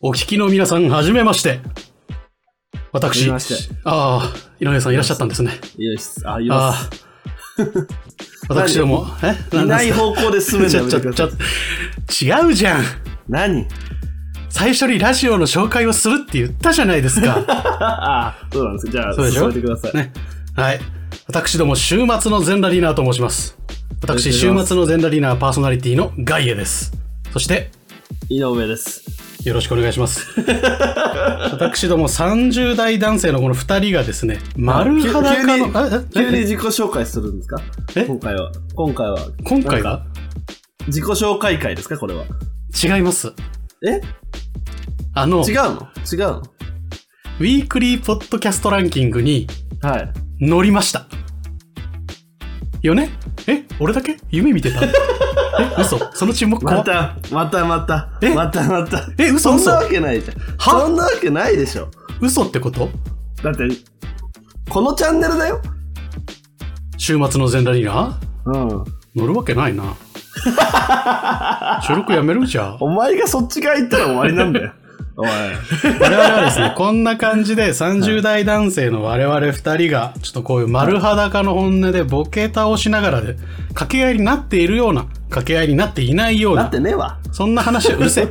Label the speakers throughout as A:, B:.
A: お聞きの皆さん、はじめまして。私、
B: はじめまして
A: ああ、井上さんいらっしゃったんですね。
B: よし、あ、いま
A: あ
B: す。
A: あ。 私ども、え
B: いない
A: 方
B: 方向で進める
A: ち
B: のや
A: ょ、
B: め
A: ちょ、
B: て
A: ちょ
B: ください。、
A: ちょ違うじゃん。
B: 何
A: 最初にラジオの紹介をするって言ったじゃないです か。
B: あ、そうなんです。じゃあ、
A: そうでし
B: 進
A: ょ
B: めてください。
A: ね。はい。私ども、週末のゼンラリーナーと申します。私、
B: お
A: 週
B: 願いします
A: 末のゼンラリーナーパーソナリティのガイエです。そして、
B: 井上です。
A: よろしくお願いします。私ども30代男性のこの2人がですね、丸裸の、あ
B: 急に、急に
A: え
B: 自己紹介するんですか
A: え
B: 今回は。今回は。
A: 今回は
B: 自己紹介会ですかこれは。
A: 違います。
B: え
A: あの、ウ
B: 違
A: ィ
B: うの違うの
A: ークリーポッドキャストランキングに
B: はい。
A: 乗りました。よねえ俺だけ夢見て たえ嘘その沈黙怖
B: ま、
A: った
B: またまた。
A: え
B: またまた。
A: え嘘
B: そんな
A: 嘘
B: わけないじゃん。
A: は
B: そんなわけないでしょ。
A: 嘘ってこと
B: だって、このチャンネルだよ。
A: 週末のゼンラリーナ
B: うん。
A: 乗るわけない な。収録やめるじゃあ。
B: お前がそっち側行ったら終わりな んだよ。おい。
A: 我々はですね、 こんな感じで30代男性の我々二人が、ちょっとこういう丸裸の本音でボケ倒しながらで、掛け合いになっているような、掛け合いになっていないよう
B: なっ
A: な
B: て、ねえわ。
A: そんな話を、うる せえ。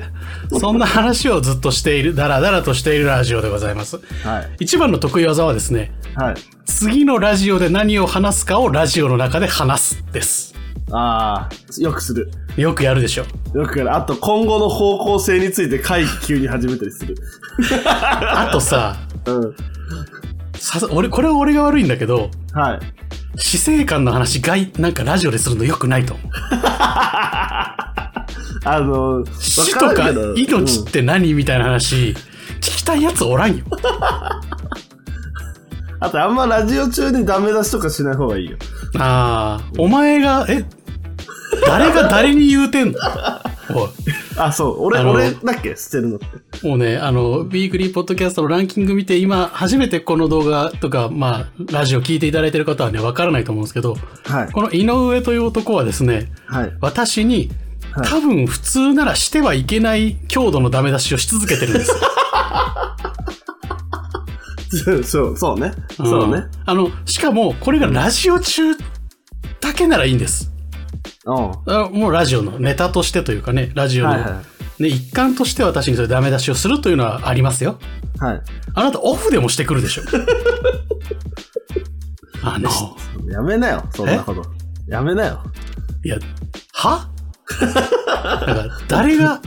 A: そんな話をずっとしている、だらだらとしているラジオでございます。
B: はい。
A: 一番の得意技はですね、
B: はい。
A: 次のラジオで何を話すかをラジオの中で話すです。
B: ああ、よくする。
A: よくやるでしょ。
B: よくやる。あと、今後の方向性について会議急に始めたりする。
A: あとさ、
B: うん。
A: さ俺、これは俺が悪いんだけど、
B: はい。
A: 死生観の話、外、なんかラジオでするの良くないと思う。
B: あの、
A: 死とか命っ
B: うん
A: て何、みたいな話聞きたいやつおら んよ
B: あと、あんまラジオ中にダメ出しとかしない方がいいよ。
A: ああお前がえ誰が誰に言うてんの おい
B: あ、そう。俺、
A: あの
B: 俺だっけ捨てるのって。
A: もうね、あの、ビークリーポッドキャストのランキング見て、今、初めてこの動画とか、まあ、ラジオ聞いていただいてる方はね、わからないと思うんですけど、
B: はい。
A: この井上という男はですね、
B: はい。
A: 私に、
B: はい
A: 多分普通ならしてはいけない強度のダメ出しをし続けてるんです。
B: そう、そうそうね。 そうね
A: ん。。あの、しかも、これがラジオ中だけならいいんです。
B: うん。
A: あもうラジオのネタとしてというかね、ラジオの、
B: はいは
A: ね、一環として私にそれダメ出しをするというのはありますよ。
B: い。はい。
A: あなたオフでもしてくるで しょ。あの、
B: やめなよ、そんなこと。やめなよ。
A: いや、はだから誰が、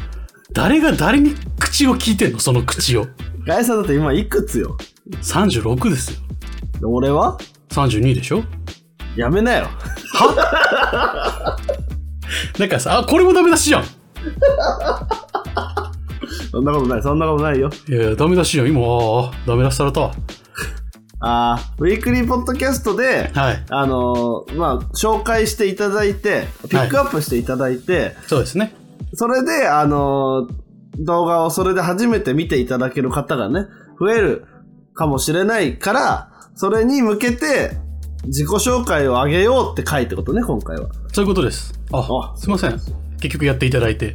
A: 誰が誰に口を聞いてんのその口を。
B: ガイさんだって今いくつよ
A: 36ですよ。
B: 俺は
A: 32でしょ
B: やめなよ。
A: だからさ、あ、これもダメ出しじゃん
B: そんなことない、そんなことないよ。
A: いや、ダメ出しじゃん。今、ああダメ出しされた。は
B: あーウィークリーポッドキャストで、
A: い。
B: あのーまあ、紹介していただいて、ピックアップしていただいて、
A: そうですね。
B: それで、あのー動画をそれで初めて見ていただける方がね、増えるかもしれないから、それに向けて、自己紹介を上げようって回ってことね、今回は。
A: そういうことです。あ
B: あ、
A: すいません。結局やっていただいて。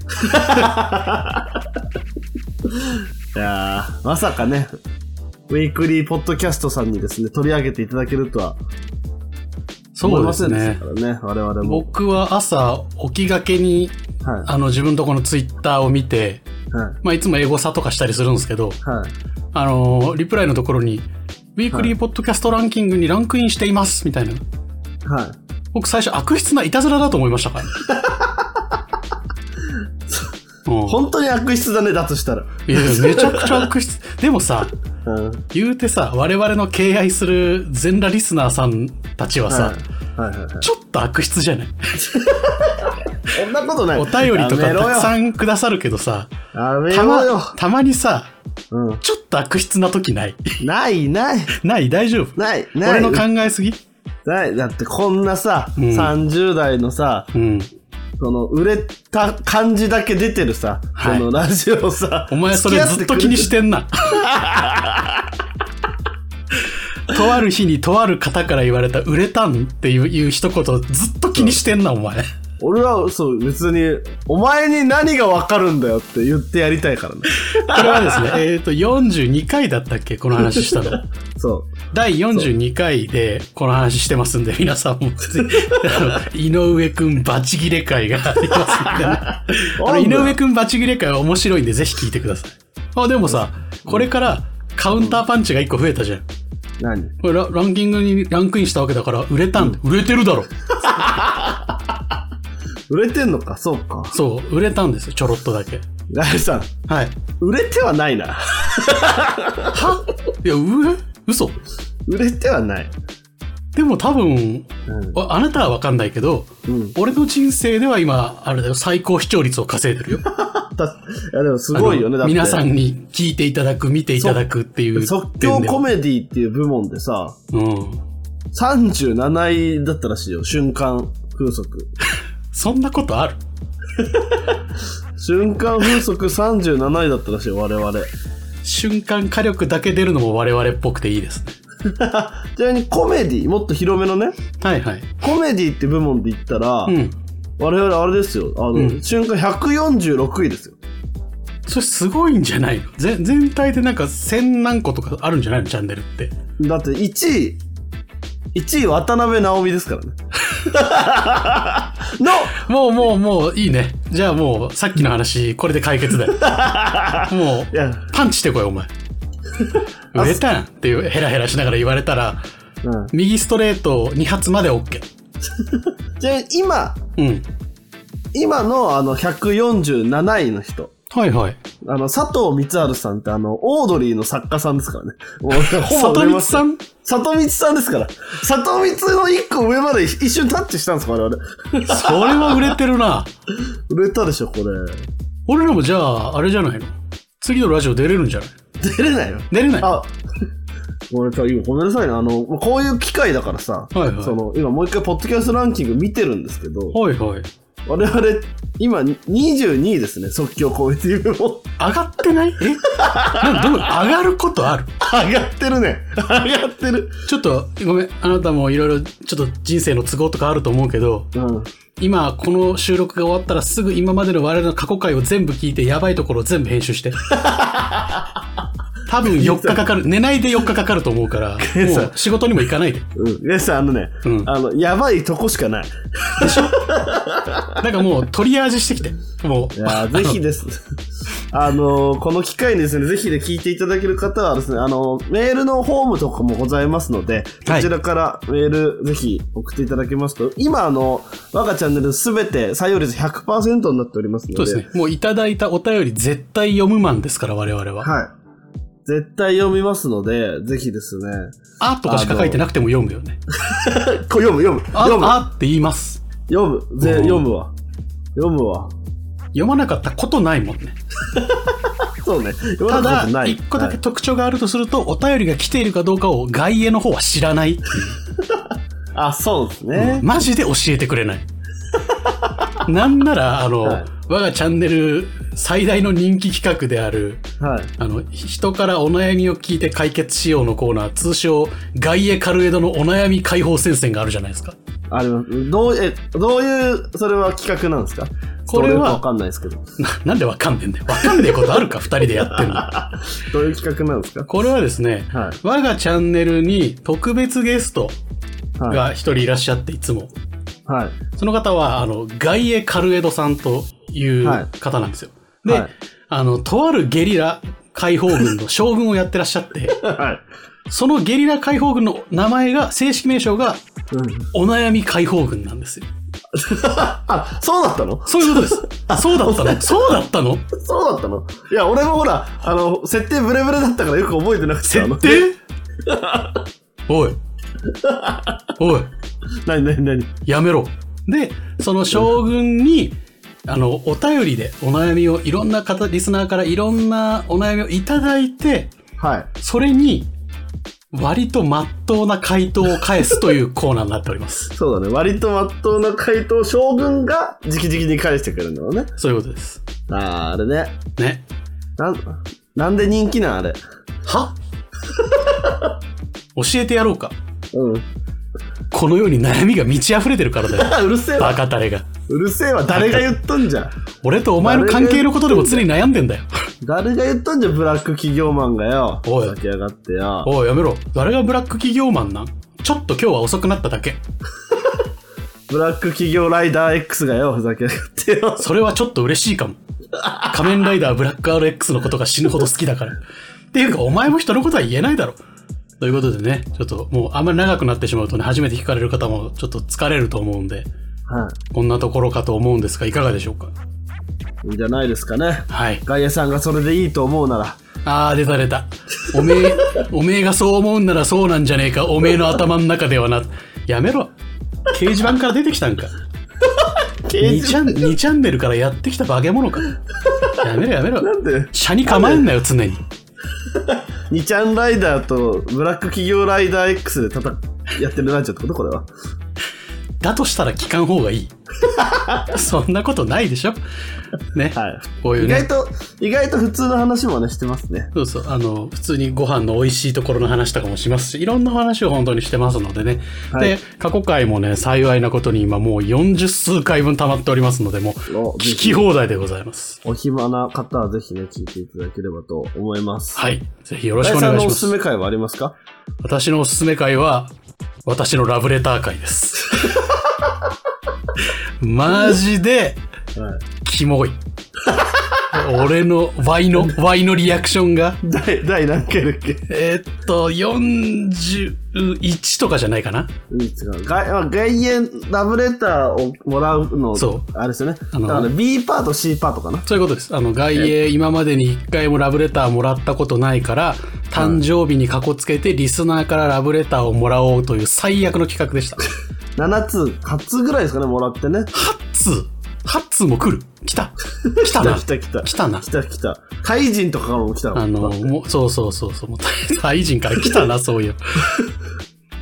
B: いやーまさかね、ウィークリーポッドキャストさんにですね、取り上げていただけるとは
A: そ
B: 思いう
A: で
B: ませ
A: す
B: んでし
A: ね
B: た。からね、我々も。
A: 僕は朝起きがけに
B: はい。
A: あの自分とこのツイッターを見て、
B: はい。
A: まあ、いつもエゴサとかしたりするんですけど、
B: はい。
A: あのーリプライのところに「ウィークリーポッドキャストランキングにランクインしています」みたいな
B: はい。
A: 僕最初悪質ないたずらだと思いましたから、ね うん
B: 本当に悪質だね、だとしたら。
A: いやめちゃくちゃ悪質でもさ
B: うん。
A: 言うてさ我々の敬愛する全裸リスナーさんたちはさ、
B: はいはいはい。
A: ちょっと悪質じゃない
B: そんなことない。
A: お便りとか
B: やめろ
A: た
B: よ
A: くさんくださるけどさ
B: やめ
A: た
B: ろよ。
A: またまにさ
B: うん。
A: ちょっと悪質な時ない
B: ないない。
A: ない大丈夫
B: ないな
A: 俺
B: い。
A: の考えすぎ
B: ない。だってこんなさ、
A: うん
B: 30代のさ、
A: うん。
B: その、売れた感じだけ出てるさ、
A: はい
B: そのラジオさ。。
A: お前それずっと気にしててんな。 とある日にとある方から言われた売れたんっていういう一言ずっと気にしてんな、お前。
B: 俺は、そう、別に、お前に何がわかるんだよって言ってやりたいからね。
A: これはです ね、えっ、と、42回だったっけこの話した の。
B: そ
A: 第42回でこの話してますんで、皆さんもぜ ひ、あの井上くんバチギレ会がありますんでね、あ
B: う。
A: の
B: なん
A: 井
B: だ
A: 上くんバチギレ会は面白いんで、ぜひ聞いてください。あ、でもさ、これからカウンターパンチが1個増えたじゃん。
B: 何
A: これラランキングにランクインしたわけだから、売れたんだ。売れてるだろ。
B: 売れてんのかそうか。
A: そう、売れたんですよ、ちょろっとだけ。
B: ライさん、
A: はい。
B: 売れてはないな。
A: はいや、うえ嘘
B: 売れてはない。
A: でも多分、
B: うん。
A: ああなたはわかんないけど、
B: うん。
A: 俺の人生では今、あれだよ、最高視聴率を稼いでるよ。
B: たいや、でもすごいよね、
A: あ
B: だ
A: の
B: って。
A: 皆さんに聞いていただく、見ていただくっていう
B: 即
A: 点
B: 興
A: で
B: コ
A: は。
B: メディっていう部門でさ、
A: うん。
B: 37位だったらしいよ、瞬間風速。
A: そんなことある
B: 瞬間風速37位だったらしいよ、我々。
A: 瞬間火力だけ出るのも我々っぽくていいですね。
B: ちなみにコメディ、もっと広めのね、
A: はいはい。
B: コメディって部門で言ったら、
A: うん。
B: 我々あれですよ、あの、
A: うん
B: 瞬間146位ですよ。
A: それすごいんじゃないのぜ全体でなんか千何個とかあるんじゃないのチャンネルって。
B: だって1位、1位渡辺直美ですからね。
A: もう
B: の、
A: もうもういいね。じゃあもうさっきの話、これで解 決だよ。もう
B: い、や、
A: パンチしてこいお前。売れたんっていうヘラヘラしながら言われたら、
B: うん。
A: 右ストレート2発まで OK。
B: じゃ今、
A: うん。
B: 今のあの147位の人。
A: はいはい。
B: あの、佐藤光晴さんってあの、オードリーの作家さんですからね。もうほぼ
A: 里
B: 売れ
A: 光
B: ますよ
A: さん
B: 里光さんですから。里光の一個上まで一瞬タッチしたんですか、我々。
A: それは売れてるな。
B: 売れたでしょ、これ。
A: 俺らもじゃあ、あれじゃないの次のラジオ出れるんじゃない
B: 出れないよ。
A: 出れない
B: あ、俺さ、今ごめんなさいね。あの、こういう機会だからさ、
A: はいはい
B: その、今もう一回ポッドキャストランキング見てるんですけど、
A: はいはい。
B: 我々、今22位ですね、即興コメディ部も。
A: 上がってないえなんでも上がることある
B: 上がってるね。上がってる。
A: ちょっと、ごめん。あなたもいろいろ、ちょっと人生の都合とかあると思うけど、
B: うん。
A: 今、この収録が終わったらすぐ今までの我々の過去回を全部聞いて、やばいところを全部編集して。多分4日かかる。寝ないで4日かかると思うから、も
B: ンさん
A: う仕事にも行かないで。
B: うん。皆さん、あのね、
A: うん
B: あの、やばいとこしかない。
A: なんかもう、トリアージしてきて。も、
B: いうやー ぜひです。あのーこの機会にですね、ぜひで聞いていただける方はですね、あのーメールのフォームとかもございますので、
A: はい
B: こちらからメールぜひ送っていただけますと、今あの、我がチャンネルすべて採用率100%になっております
A: そ
B: の
A: うで
B: で、
A: すね。もういただいたお便り絶対読むマンですから、我々は。
B: はい。絶対読みますので、ぜひですね、
A: あとかしか書いてなくても読むよね。
B: こ読む読む
A: あ
B: 読む
A: あって言います。
B: 読むぜ
A: うん
B: 読むわ。読むわ。
A: 読まなかったことないもんね。
B: そうね。読
A: た
B: まな
A: だ、
B: ことない
A: 一個だけ特徴があるとすると、お便りが来ているかどうかを外衛の方は知らない。
B: はいあ、そうですね。
A: マジで教えてくれない。 なんなら、あの、
B: はい
A: 我がチャンネル最大の人気企画である、
B: はい。
A: あの、ひ人からお悩みを聞いて解決しようのコーナー、通称、外衛カルエドのお悩み解放戦線があるじゃないですか。
B: あります。どう、え、どういう、それは企画なんですか
A: これは
B: どういうかわかんないですけど。
A: ななんでわかんねえんだよ。わかんねえことあるか、二人でやってんの。
B: どういう企画なんですか
A: これはですね、
B: は
A: 我がチャンネルに特別ゲスト
B: い。はい。
A: が一人いらっしゃって、いつも。
B: はい。
A: その方は、あの、ガイエ・カルエドさんという
B: はい
A: 方なんですよ。で、
B: はい
A: あの、とあるゲリラ解放軍の将軍をやってらっしゃって、
B: はい。
A: そのゲリラ解放軍の名前が、正式名称が、
B: うん
A: お悩み解放軍なんですよ。
B: あ、そうだったの
A: そういうこ とです。そうだったのそうだったの
B: そうだったのいや、俺もほら、あの、設定ブレブレだったからよく覚えてなくて。あの
A: 設定 おい。おい。
B: 何何何
A: やめろ。で、その将軍に、あの、お便りでお悩みをいろんな方、リスナーからいろんなお悩みをいただいて、
B: はい。
A: それに、割と真っ当な回答を返すというコーナーになっております。
B: そうだね。割と真っ当な回答を将軍が直々に返してくれるんだろうね。
A: そういうことです。
B: あー、あれね。
A: ね。
B: なん、なんで人気なんあれ。
A: は 教えてやろうか。
B: うん。
A: この世に悩みが満ち溢れてるからだよ。
B: あ、うるせえわ。
A: バカタレが。
B: うるせえわ、誰が言っとんじゃん。
A: 俺とお前の関係のことでも常に悩んでんだよ。
B: 誰が言っとんじゃん、ブラック企業マンがよ。
A: おい
B: ふざけやがってよ。
A: おい、やめろ。誰がブラック企業マンなんちょっと今日は遅くなっただけ。
B: ブラック企業ライダー X がよ、ふざけやがってよ。
A: それはちょっと嬉しいかも。仮面ライダーブラック RX のことが死ぬほど好きだから。っていうか、お前も人のことは言えないだろ。ということでね、ちょっともうあんまり長くなってしまうとね、初めて聞かれる方もちょっと疲れると思うんで、
B: は
A: こんなところかと思うんですが、いかがでしょうか
B: い。いいんじゃないですかね。
A: はい。
B: ガイエさんがそれでいいと思うなら。
A: あー、出た出た。おめえ、 おめえがそう思うんならそうなんじゃねえか。おめえの頭の中ではな。やめろ。掲示板から出てきたんか。2チャン二チャンネルからやってきた化け物か。やめろやめろ。
B: なんで
A: 車に構えんなよ、常に。
B: 二ちゃんライダーとブラック企業ライダー X で戦やってるなんちゃってことこれは。
A: だとしたら聞かん方が いい。そんなことないでしょ。ね。
B: は
A: こうい
B: い。
A: う
B: 意外
A: ね。
B: と、意外と普通の話もね、してますね。
A: そうそう。あの、普通にご飯の美味しいところの話とかもしますし、いろんな話を本当にしてますのでね。
B: はい
A: で、過去回もね、幸いなことに今もう40数回分溜まっておりますので、もう、
B: お
A: 聞き放題でございます。
B: お暇な方はぜひね、聞いていただければと思います。
A: はい。ぜひよろし
B: ガ
A: く
B: イ
A: お
B: さ
A: 願
B: ん
A: い
B: の
A: し
B: お
A: ます
B: す
A: す。
B: すめ回はありますか
A: 私のおすすめ回は、私のラブレター回 です。マジで、
B: はい。
A: キモい。俺の Y の、Y のリアクションが、
B: 第、第何回だっけ
A: えーっと、41とかじゃないかな
B: うん、違う。外、まあ外苑ラブレターをもらうの、
A: そう
B: あれですよね。
A: あの
B: だから B パート、C パートかな。
A: そういうことです。あの、外営今までに一回もラブレターもらったことないから、誕生日にかこつけてリスナーからラブレターをもらおうという最悪の企画でした。
B: 7つ、8つぐらいですかね、もらってね。
A: ハッツーハッツーも来る来た来た
B: 来た
A: な
B: 来た来た。
A: 来たな
B: 来た来た。怪人とかからも来たの
A: あの、もうそうそうそうそう、もうタイタイ人から来たな、そういう。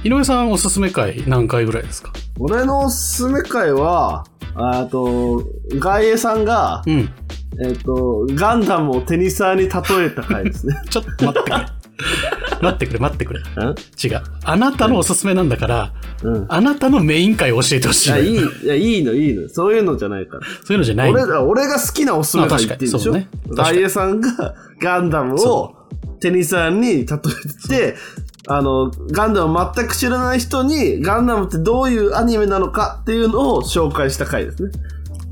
A: 井上さんおすすめ回何回ぐらいですか
B: 俺のおすすめ会は、あと、外衛さんが、
A: うん。
B: えっ、と、ガンダムをテニサーに例えた回ですね。
A: ちょっと待ってくれ。待ってくれ、待ってくれ。
B: ん
A: 違う。あなたのおすすめなんだから、
B: うん。
A: あなたのメイン回教えてほし
B: い
A: いのよ。
B: や、いい、いや、いいの、いいの。そういうのじゃないから。
A: そういうのじゃないの
B: 俺ら、俺が好きなおすすめ会言ってるでしょ、
A: まあ確かにそうね確か
B: 大
A: に
B: 江さんがガンダムを
A: そ
B: テニさんに例えて、あの、ガンダムを全く知らない人に、ガンダムってどういうアニメなのかっていうのを紹介した回ですね。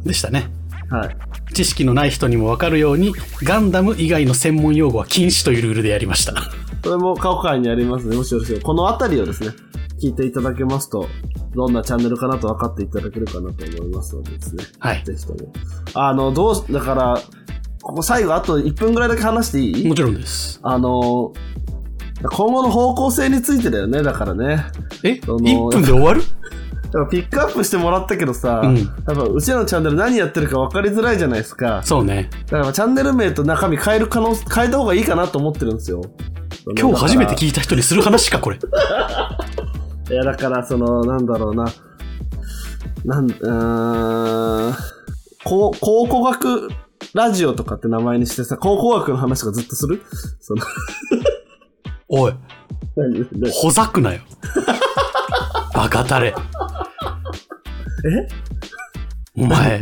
A: でしたね。
B: はい。
A: 知識のない人にもわかるように、ガンダム以外の専門用語は禁止というルールでやりました。
B: それも過去回にありますので、もしよろしければ、このあたりをですね、聞いていただけますと、どんなチャンネルかなと分かっていただけるかなと思いますのでですね。
A: はい。
B: ぜひとも。あの、どうし、だから、ここ最後あと1分ぐらいだけ話していい
A: もちろんです。
B: あの今後の方向性についてだよね、だからね。
A: え
B: その
A: ?1 分で終わる
B: だからピックアップしてもらったけどさ、
A: うん
B: やっぱうちらのチャンネル何やってるか分かりづらいじゃないですか。
A: そうね。
B: だからチャンネル名と中身変える可能、変えた方がいいかなと思ってるんですよ。
A: 今日初めて
B: い
A: 聞いた人にする話か、こ れ。
B: いや、だからその、なんだろうな。なん、うーん。考考古学ラジオとかって名前にしてさ、考古学の話とかずっとするその、
A: おい、
B: 何何
A: ほざくなよ。バカたれ。
B: え
A: お前、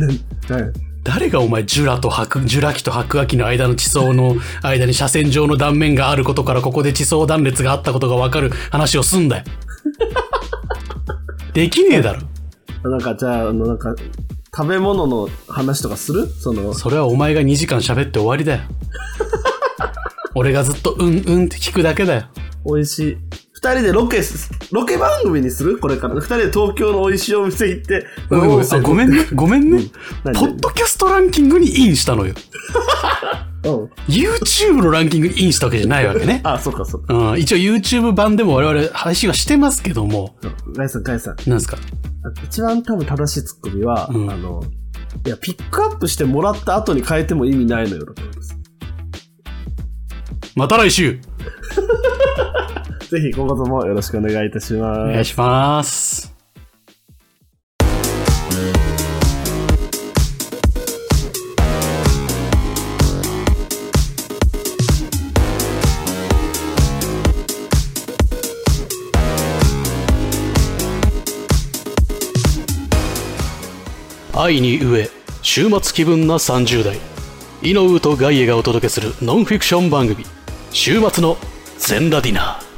B: はい。
A: 誰がお前、ジュラと白、ジュラ紀と白亜紀の間の地層の間に斜線上の断面があることから、ここで地層断裂があったことがわかる話をすんだ よ。できねえだろ。
B: なんかじゃあ、あの、なんか、食べ物の話とかするその、
A: それはお前が2時間喋って終わりだよ。俺がずっとうんうんって聞くだけだよ。
B: 美味しい。二人でロケす、ロケ番組にするこれから。二人で東京の美味しいお店行って。
A: ごめんごめん。あごめんね。ごめんね。
B: 何
A: ポッドキャストランキングにインしたのよ。
B: うん。
A: YouTube のランキングにインしたわけじゃないわけね。
B: あ、そっかそっか。
A: うん、一応 YouTube 版でも我々配信はしてますけども、
B: ガイさん、ガイさん。
A: なんですか
B: 一番多分正しいツッコミは、
A: うん
B: あの、いや、ピックアップしてもらった後に変えても意味ないのよ、だと思います。
A: また来週
B: ぜひ、今後ともよろしくお願いいたし
A: お
B: ま
A: 願い
B: す。
A: します。愛に飢え週末気分な30代イノウとガイエがお届けするノンフィクション番組「週末の全ラディナー」